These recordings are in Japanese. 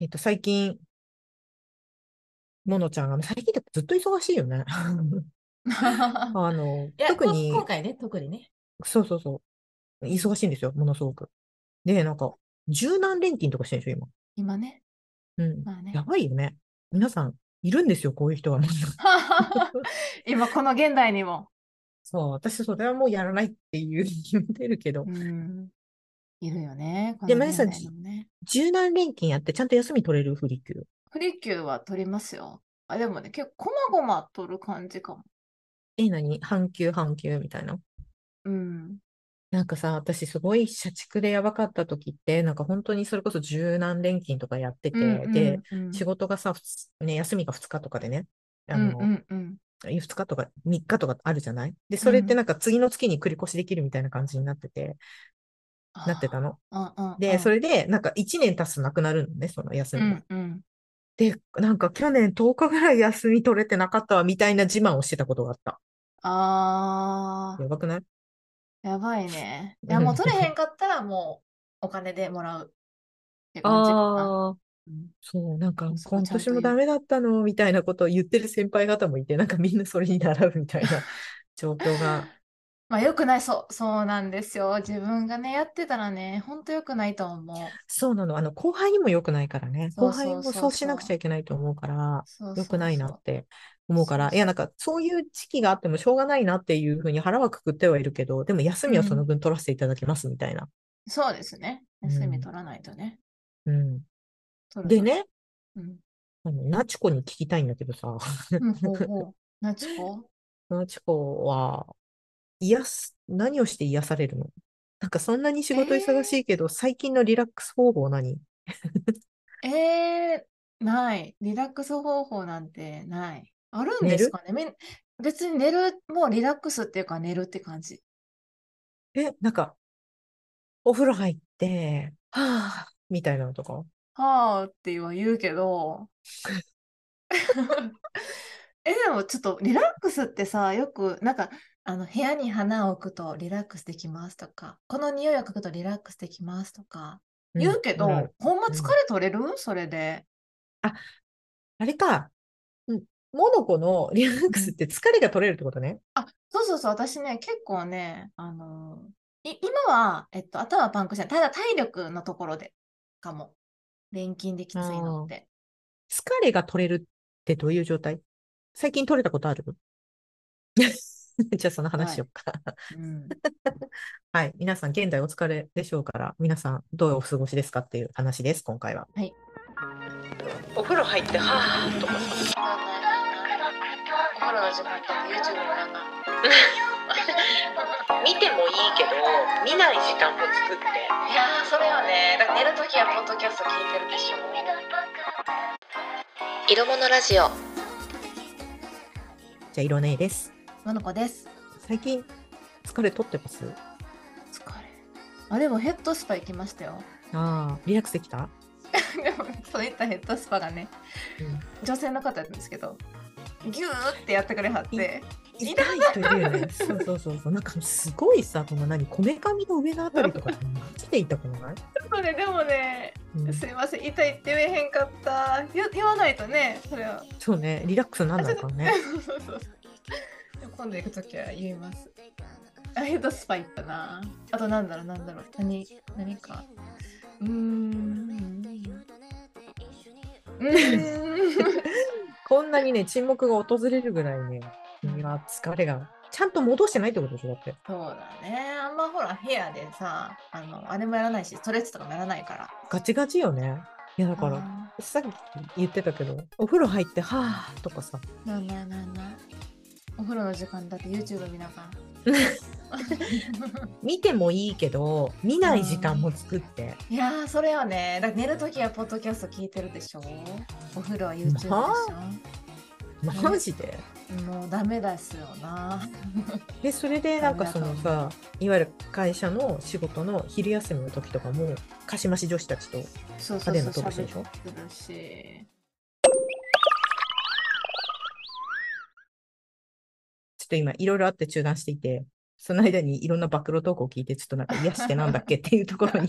えっと、最近、ものちゃんが、最近ってずっと忙しいよ ね。あの、いや、特こ、今に、回ね、特にね。そうそうそう、忙しいんですよ、ものすごく。で、なんか、柔軟錬金とかしてるでしょ、今。今ね。うん。まあやね。ばいよね。皆さん、いるんですよ、こういう人は。みんな 今この現代にも。そう、私、それはもうやらないっていう言ってるけど。うん。いるよね。こで、の皆現さん、代じのね。柔軟錬金やって、ちゃんと休み取れる不利休。不利休は取りますよ。あ、でもね、結構こまごま取る感じかも。え、何半休、半休みたいな。うん。なんかさ、私すごい社畜でやばかった時って、なんか本当にそれこそ柔軟錬金とかやってうんて、うで、んう仕ん。事がさ、ふつね、休みが2日とかでね、あうんうの、んうん。 2日とか3日とかあるじゃないで、うそれってん。なんか次の月に繰り越しできるみたいな感じになってて、なってたあの。あ、うで、んうそんれで、なんか1年経つとなくなるのね、その休うみが。ん。うんうん。で、なんか去年10日ぐらい休み取れてなかったわ、みたいな自慢をしてたことがあった。あやばくない。あ、やばいね。いうや、もうん取れへんかったらもうお金でもらうって感じかな。ああ。うん。そう、なんか、もうそこ今ちゃん年とも言ダう。メだったの、みたいなことを言ってる先輩方もいて、なんかみんなそれに並ぶみ たいな状況が。まあ、良くない、そう、そうなんですよ。自分がね、やってたらね、ほんと良くないと思う。そうなの。あの、後輩にも良くないからね。そ後う輩そうもそそううしなくちゃそいけないと思うから、う。そう良くそうないなそっう。て思うかそうら。いや、そなんか、そういう時期があってもしょうがないなっていうふうに腹はくくってはいるけど、でも休う。みうはそのん。分取らせていただきます、みたいな。そうですね。う休みん、取らないとね。うん。取るで取る。ね、うん。あのナチコに聞きたいんだけどさ、うん、ほうほ う。なちこナチコは、癒す、何をして癒されるのなんかそんなに仕え事忙しいけど、最近のリラックス方法何ー、えー、ない。リラックス方法なんてない。あるん寝でするかね。め、別に寝る、もうリラックスっていうか寝るって感じ。え、なんか、お風呂入って、はぁ、みたいなのとか。はーっては言うけど、え、でもちょっとリラックスってさ、よくなんかあの部屋に花を置くとリラックスできますとか、この匂いを嗅ぐとリラックスできますとかう言ん、うけあるある。ど、ほんまう疲ん。れ取れるそれで。あ、あれか。うん。モノコのリラッうクスっん。て疲れが取れるってことね。あ、そうそうそう、私ね、結構ね、あのい、今は、えっと、頭パンクしてない。ただ体力のところでかも。錬金できついのっああ。て。疲れが取れるってどういう状態最近取れたことある じゃあその話はしよい。うか。うん。 はい。皆さん、現代お疲れでしょうから、皆さん、どうお過ごしですかっていう話です、今回は。はい。お風呂入って、はぁとかさ。お風呂の時間とか YouTube のなんか。見てもいいけど見ない時間も作っていやー、それはね、だから寝るときはポッドキャスト聞いてるでしょ。色物ラジオ。じゃあ色ねえですののこです。最近疲れ取ってます疲れ。あ、でもヘッドスパ行きましたよ。 ああーリラックスできたでも、そういったヘッドスパがね、うん女性の方やったんですけど、ギューってやってくれはっいて、いら痛いというよんねそうそうそうそうなんかすごいさこの何こめかみの上のあたり とかってマジで痛く ない それでもね、うんすいません、痛いって言えへんかった。言言わないとね、それは。そうねリラックスになんあ、なちょいっからねと、そうそうそう。今度行くときは言います。あヘッドスパ行ったな。あとなんだろうなんだろう。何、何か。うーん。うーん。こんなにね沈黙が訪れるぐらいね君は疲れがちゃんと戻してないってことでしょだってそうだね。あんまほら、部屋でさ、あの、あれもやらないし、ストレッチとかもやらないから。ガチガチよねいやだからあさっき言ってたけどお風呂入ってはあとかさーなんなんなんなん。お風呂の時間だって YouTube 見ながら。見てもいいけど、見うない時間もん。作って。いやー、それはね、だから寝るときはポッドキャスト聞いてるでしょ。お風呂はま YouTube でしあ、ょ。マね、ジでもうダメですよな。で、それでダなんメかだそとの思う。さ、いわゆる会社の仕事の昼休みの時とかも、かしまし女子たちとそう派そう手なトーそう、クしてるで喋っしょてるし。ちょっと今いろいろあって中断していて、その間にいろんな暴 露トークを聞いて、ちょっとなんか癒してなんだっけっていうところに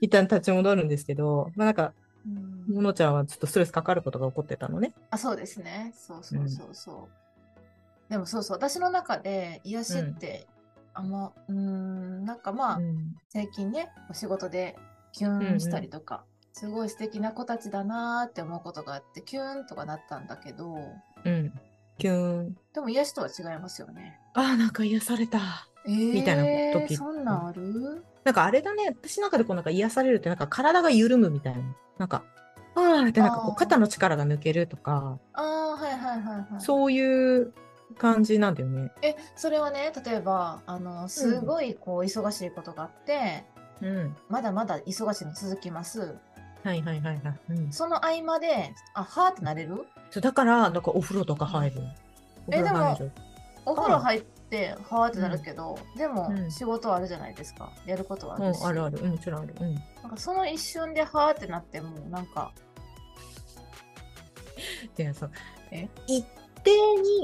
一旦立ち戻るんですけど、まあなんかうんものちゃんはちょっとストレスかかることが起こってたのね。あ、そうですね。そうそうそうそう。でもそうそう、私の中で癒しって、あんま、うーん、なんかまあ、うん最近ね、お仕事でキュンしたりとか、すごい素敵な子たちだなーって思うことがあって、キュンとかなったんだけど、うん。キューン。でも癒しとは違いますよね。ああ、なんか癒された。えー、みたいな時そんなんあるなんかあれだね、私の中でこうなんか癒されるってなんか体が緩むみたいな。なんか、ああってなんかこあーう肩の力が抜けるとか、ああー、はいはいはいはい。そういう感じなんだよね。え、それはね、例えば、あの、すごいこう、忙しいことがあって、うん。まだまだ忙しいの続きます。はいはいはいはい。うん、その合間で、あ、はーってなれるそうだから、なんかお風呂とか入る。お風呂入る。お風呂入って、はーってなるけど、でもう、ん仕事はあるじゃないですか。やることはあうるん、あるある。る。うん、もちろんある。うん。なんかその一瞬ではーってなっても、なんか、で、そう。え一定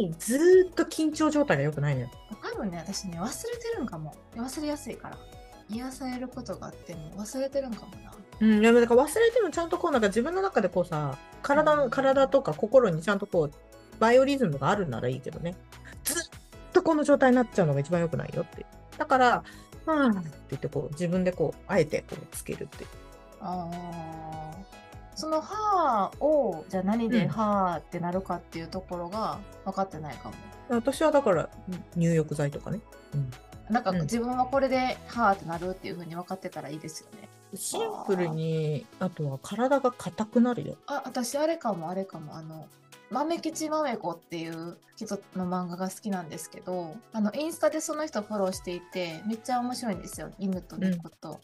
にずーっと緊張状態が良くないのよ。多分ね、私ね、忘れてるんかも。忘れやすいから。癒されることがあっても、忘れてるんかもな。うん、でもだから忘れてもちゃんとこうなんか自分の中でこうさ体の体とか心にちゃんとこうバイオリズムがあるならいいけどねずっとこの状態になっちゃうのが一番良くないよってだから「うん」って言ってこう自分でこうあえてこうつけるっていうあーその「はーをじゃあ何うで「んはーってなるかっていうところが分かってないかも。私はだから入浴剤とかねなんかうん自分はこれで「はーってなるっていうふうに分かってたらいいですよね。シンプルにあとは体が硬くなるよあ私あれかもあれかもあの豆吉豆子っていう人の漫画が好きなんですけどあのインスタでその人フォローしていてめっちゃ面白いんですよ犬と猫と、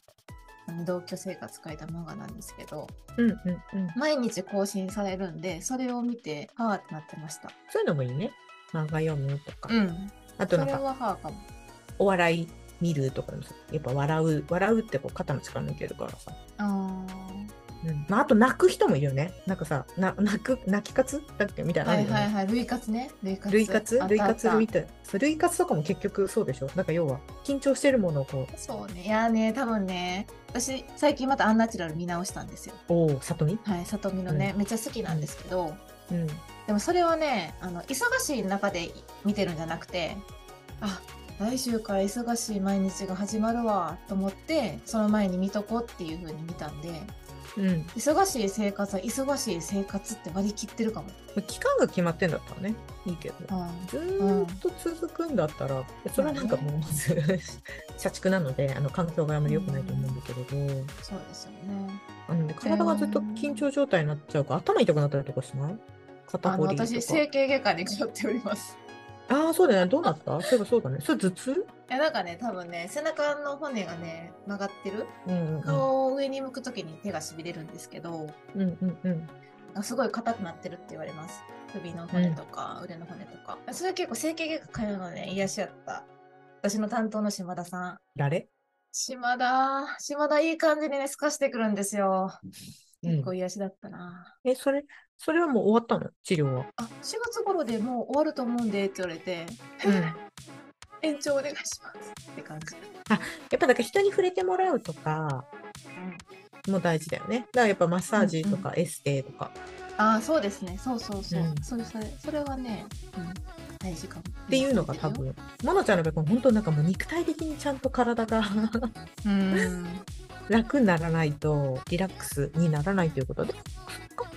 同居生活書いた漫画なんですけどうんうんうん毎日更新されるんでそれを見て「はーってなってました。そういうのもいいね漫画読むとか、うんあとそなんれかは母かも。お笑い見るとかでもさやっぱ笑う笑うってこう肩の力抜けるからさあうんまあ、あと泣く人もいるよね。なんかさ、な泣く泣き活だっけみたいあ、なのあはるいよね。はいはい、類活ね、類活。類活あった類あ活ったみたいそう類活とかも結局そうでしょなんか要は緊張してるものをこそうね、いやーね、多分ね、私最近またアンナチュラル見直したんですよ。うおお里見はい、里見のね、めっちゃ好きなんですけど、うんでもそれはね、あの忙しい中で見てるんじゃなくて、あ、来週から忙しい毎日が始まるわと思って、その前に見とこうっていう風に見たんで、うん忙しい生活は忙しい生活って割り切ってるかも。期間が決まってんだったらねいいけどうんずーっと続くんだったら、それはなんかもうまず 社畜なのであの環境があまり良くないと思うんだけれど、そうですよね。あのね体がずっと緊張状態になっちゃうから頭痛くなったりとかしない肩あこのりとか私整形外科に通っております。ああそうだねどうなったそういえばそうだねそれ頭痛えなんかね多分ね背中の骨がね曲がってるうんうんうん顔を上に向くときに手がしびれるんですけどうんうんうんあすごい硬くなってるって言われます首の骨とか腕の骨とか、それは結構整形外科通うのね癒しやった私の担当の島田さん誰島田島田いい感じにね透かしてくるんですようん結構癒しだったな、え、それ、それはもう終わったの治療は。あ4月頃でもう終わると思うんでって言われてうん。や 延長お願いしますって感じ、っぱだから人に触れてもらうとかも大事だよね。だからやっぱマッサージとかエステとかああそうですねそうそうそう、うんそれそれそれはね、うん、大事かもっていうのが多分、モノちゃんの場合、この本当なんかもう肉体的にちゃんと体がうん楽にならないと、リラックスにならないということで、考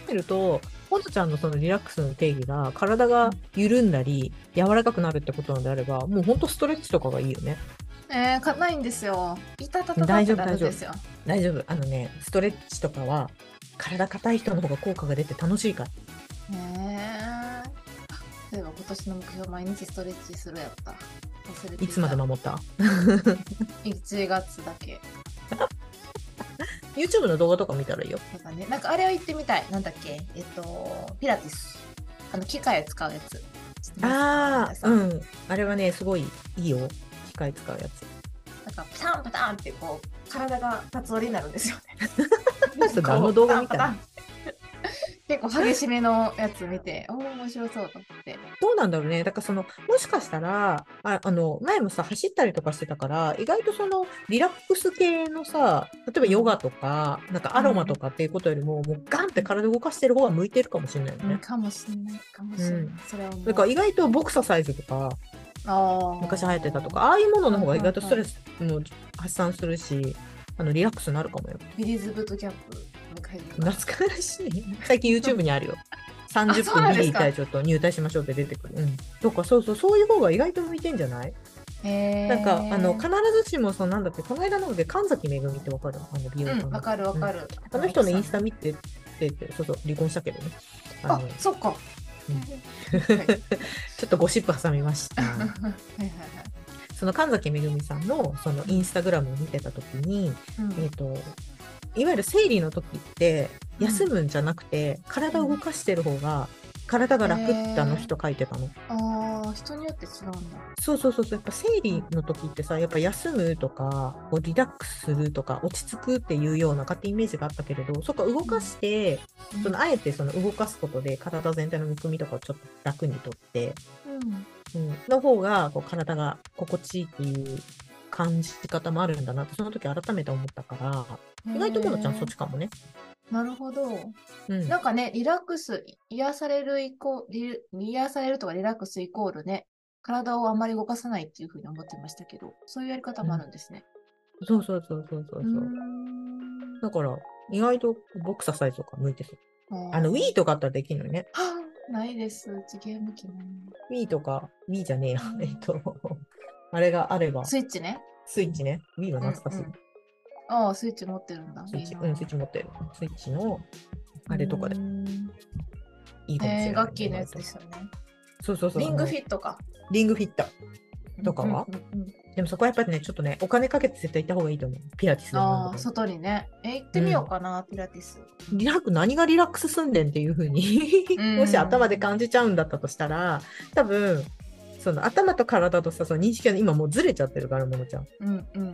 えると、モノちゃんのそのリラックスの定義が、体が緩んだり、柔らかくなるってことなのであれば、もう本当ストレッチとかがいいよね。えー、硬いんですよ痛たたたた大って丈夫なるんですよ大丈夫。あのね、ストレッチとかは、体硬い人の方が効果が出て楽しいから。ねえ例えば今年の目標毎日ストレッチするやった忘れていつまでも守った1月だけ YouTube の動画とか見たらいいよ。とかねなんかあれを言ってみたいなんだっけえっとピラティスあの機械使うやつ知ってますか皆さんうん。あれはね、すごいいいよ。機械使うやつ。なんかプタンプタンって こう体が立つ折りになるんですよね。なんかあの動画みたいなパタンパタンって 結構激しめのやつ見て、おお、面白そうと思って。どうなんだろうね。だからその、もしかしたら、あ、あの、前もさ、走ったりとかしてたから、意外とその、リラックス系のさ、例えばヨガとか、なんかアロマとかっていうことよりも、もうガンって体動かしてる方が向いてるかもしれないようん、ね。かもしれない、かもしれない。うんそれはもう。だから意外とボクササイズとか、あー昔流行ってたと。か、ああいうものの方が意外とストレスも発散するし、あの、リラックスになるかもよ。ビリーズブートキャンプの会場懐かしい。最近 YouTube にあるよ。 あ30そうなん分でビリすかー隊長と入隊しましょうって出てくる。うん。とか、そうそう、そういう方が意外と向いてんじゃないへーなんか、あの、必ずしも、その、なんだって、この間なので、神崎めぐみってわかるあの、美容家うのん、わかるわかる。あの人のインスタ。タ見てって、ってそうそう、離婚したけどね。あのあ、そっか。はうんいはいちょっとゴシップ挟みました。はいはい。その神崎めぐみさんの、その、インスタグラムを見てたときに、うんえっ、と、いわゆる生理の時って、休むんじゃなくて、体を動かしてる方が、体が楽ってあの人書いてたの。ああ、人によって違うんだ。そうそうそうそうやっぱ生理の時ってさやっぱ休むとかこうリラックスするとか落ち着くっていうような勝手にイメージがあったけれどそっか動かしてそのあえてその動かすことで体全体のむくみとかをちょっと楽にとって、うん、うん、の方がこう体が心地いいっていう感じ方もあるんだなってその時改めて思ったから意外とこのちゃんへーそっちかもね。なるほど。うんなんかね、リラックス、癒されるイコリ、癒されるとかリラックスイコールね、体をあまり動かさないっていうふうに思ってましたけど、そういうやり方もあるんですね。そうそうそうそうそううーそう、んだから意外とボクササイズとか向いてそうあのー Wii とかあったらできるのにねはあ ないです。うちゲーム機ない。 Wii とか、Wii じゃねえや。えっと、あれがあれば、スイッチね。スイッチね。Wii は懐かしい。うんうんああ、スイッチ持ってるんだ。スイッチ、いいなうん、スイッチ持ってる。スイッチの、あれとかでうーんいいかもしれない、えー、ガッキーのやつですよね。そうそうそう。リングフッィットか。ト。リングフィット。とかはうんうんうんでもそこはやっぱりね、ちょっとね、お金かけて絶対行った方がいいと思う。ピラティスでもなんああ、だけど外にね。え、行ってみようかな、ピラティス。リラック何がリラックスすんでんっていう風にうんもし頭で感じちゃうんだったとしたら、多分、その頭と体とさ、その認識が今もうずれちゃってるから、ももちゃん。うんうんうん。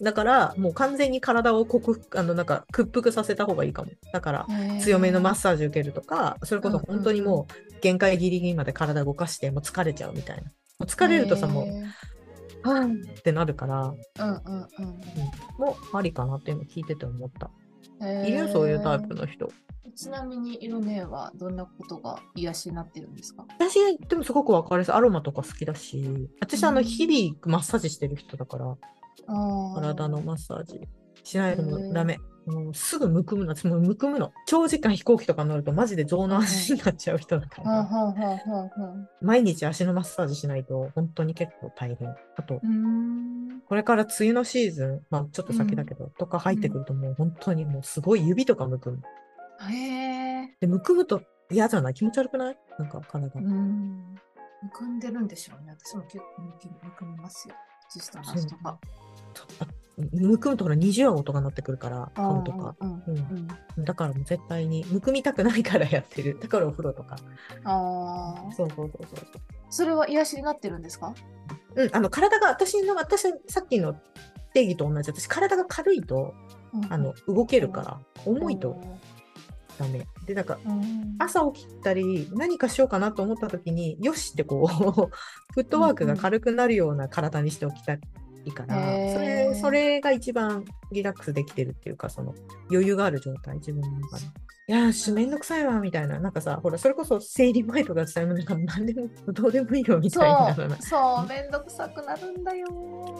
だから、もう完全に体を克服、あの、なんか屈服させた方がいいかも。だから、へー強めのマッサージ受けるとか、それこそ本当にもう限界ギリギリまで体動かして、もう疲れちゃうみたいな。もう疲れるとさ、へーもう、はぁってなるから、うんうんうんもうありかなっていうのを聞いてて思った。へーいるよ、そういうタイプの人。ちなみに、色ねはどんなことが癒しになってるんですか私、でもすごく分かりやすい。アロマとか好きだし、私、あうの、ん日々マッサージしてる人だから、体体のマッサージしないともへーうダメ。もうすぐむくむの、私もうむくむの。長時間飛行機とか乗るとマジで象の足になっちゃう人だかはあら、はあはあはあはあ毎日足のマッサージしないと本当に結構大変。あとう、ーんこれから梅雨のシーズン、まあちょっと先だけど、とか入ってくるともう本当にもうすごい指とかむくむ。へえで、むくむと嫌じゃない気持ち悪くないなんか体。うんむくんでるんでしょうね私も結構むくむくみますよ靴下の足とかちょっとあむくむとほら二重顎とかなってくるから、顔とか。うんう、うんんだからもう絶対にむくみたくないからやってるだからお風呂とかああそうそうそうそうそれは癒しになってるんですかうん、あの体が私の私さっきの定義と同じ私体が軽いとあの動けるから重いとダメでなんかうん朝起きたり何かしようかなと思った時によしってこう フットワークが軽くなるような体にしておきたいから、へーそれそれが一番リラックスできてるっていうかその余裕がある状態自分の中に。いやーしめんどくさいわみたいななんかさほらそれこそ生理前とかさなんか何でもどうでもいいよみたいそなうそうめんどくさくなるんだよ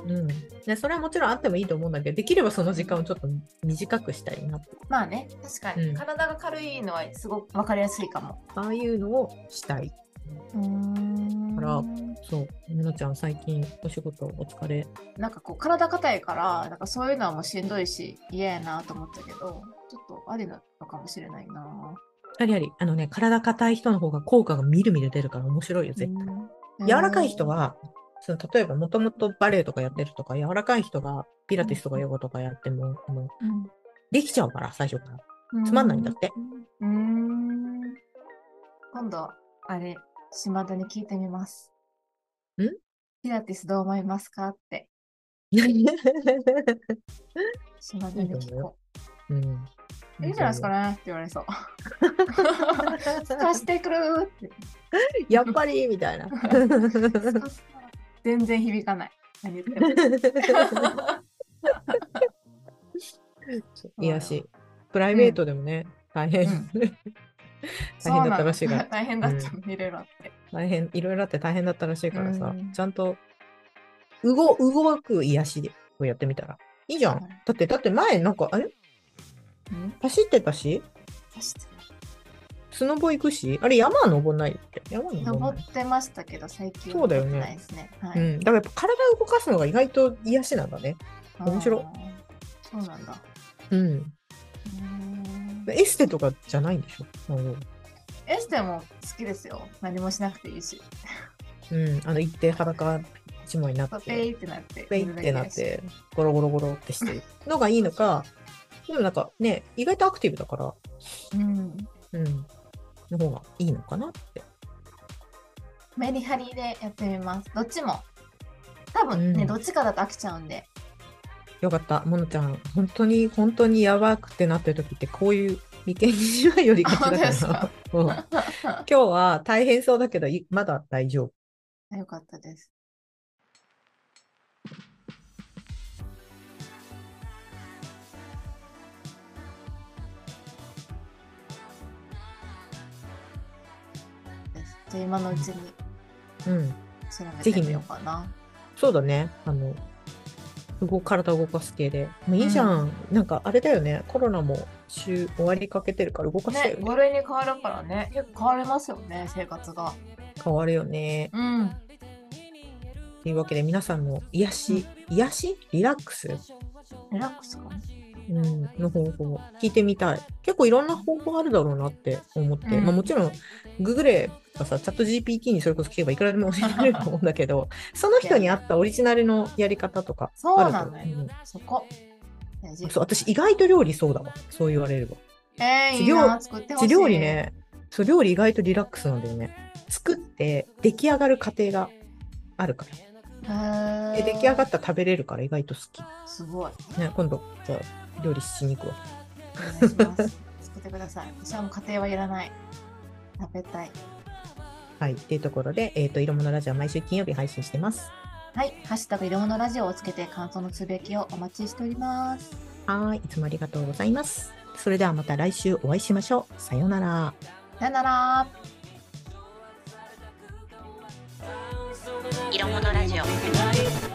うん、ね、それはもちろんあってもいいと思うんだけどできればその時間をちょっと短くしたいなってまあね確かに、うん体が軽いのはすごく分かりやすいかもああいうのをしたいうんあらそうみのちゃん最近お仕事お疲れなんかこう体硬いからなんかそういうのはもうしんどいし嫌やなと思ったけどちょっとありなのかもしれないなありありあのね体硬い人の方が効果がみるみる出るから面白いよ絶対、うん柔らかい人はその例えばもともとバレエとかやってるとか柔らかい人がピラティスとかヨガとかやっても、あのうんできちゃうから最初から つまんないんだってうん今度あれ島田に聞いてみますんピラティスどう思いますかって島田にいいと聞思うこうんういいんじゃないですかね ねって言われそう スカしてくるって。やっぱりみたい な。 全然響かない。何言ってもいやし、プライベートでもね、大変、 大変だったらしいからそうなの大変だったの、いろいろあって。大変、いろいろあって大変だったらしいからさ、うんちゃんと、うご、動く癒しで、こうやってみたら。いいじゃん。だって、だって前、なんか、あれうん走ってたし、スノボ行くし、あれ山は登んないって。山登んな登い。ってましたけど、最近そうだよね登ってないですね。はういん、だからやっぱ体を動かすのが意外と癒しなんだね。面白いあーそうなんだ。うん。うーんエステとかじゃないんでしょエステも好きですよ。何もしなくていいし。うん。あの、一定裸一枚になっペて。イってなって。ペイってなって、ゴロゴロゴロってしてるのがいいのか、でもなんかね、意外とアクティブだから、うん。うん、の方がいいのかなって。メリハリでやってみます。どっちも。多分ね、うんどっちかだと飽きちゃうんで。よかった、モノちゃん、本当に、本当にやばくてなってる時って、こういう眉間にしわよりがちだ本当ですか。か らうん今日は大変そうだけど、いまだ大丈夫。よかったです。ですじゃあ今のうちにうん、調ぜべひてねみようかな。そうだね。あの、動体を動かす系で。もういいじゃん。なんかあれだよね、コロナも週終わりかけてるから動かしたいねよ、ね。 5類に変わるからね、結構変わりますよね、生活が。変わるよね。うん。というわけで皆さんの癒し、癒しリラックス、リラックスかな。うん、の方法を聞いてみたい。結構いろんな方法あるだろうなって思って、うんまあ、もちろん Google がさ、チャット GPT にそれこそ聞けばいくらで も教えてくれると思うんだけど、その人に合ったオリジナルのやり方とかそうあるなとのよ。そこ。大うん事そう私意外と料理そうだわそう言われればえー、治療いいな、作ってほしうい。ち料理。ねそう料理意外とリラックスなんだよね作って出来上がる過程があるからへーで出来上がったら食べれるから意外と好きすごい。ね、今度じゃあ料理しに行くわ。お願いします。 作ってください。私はもう家庭はいらない。食べたい。はい、っていうところで、えっ、と、色物ラジオ毎週金曜日配信してます。はい。ハッシュタグいろものラジオをつけて感想のつぶやきをお待ちしております。はーい、いつもありがとうございます。それではまた来週お会いしましょう。さようなら。さよなら。色物ラジオ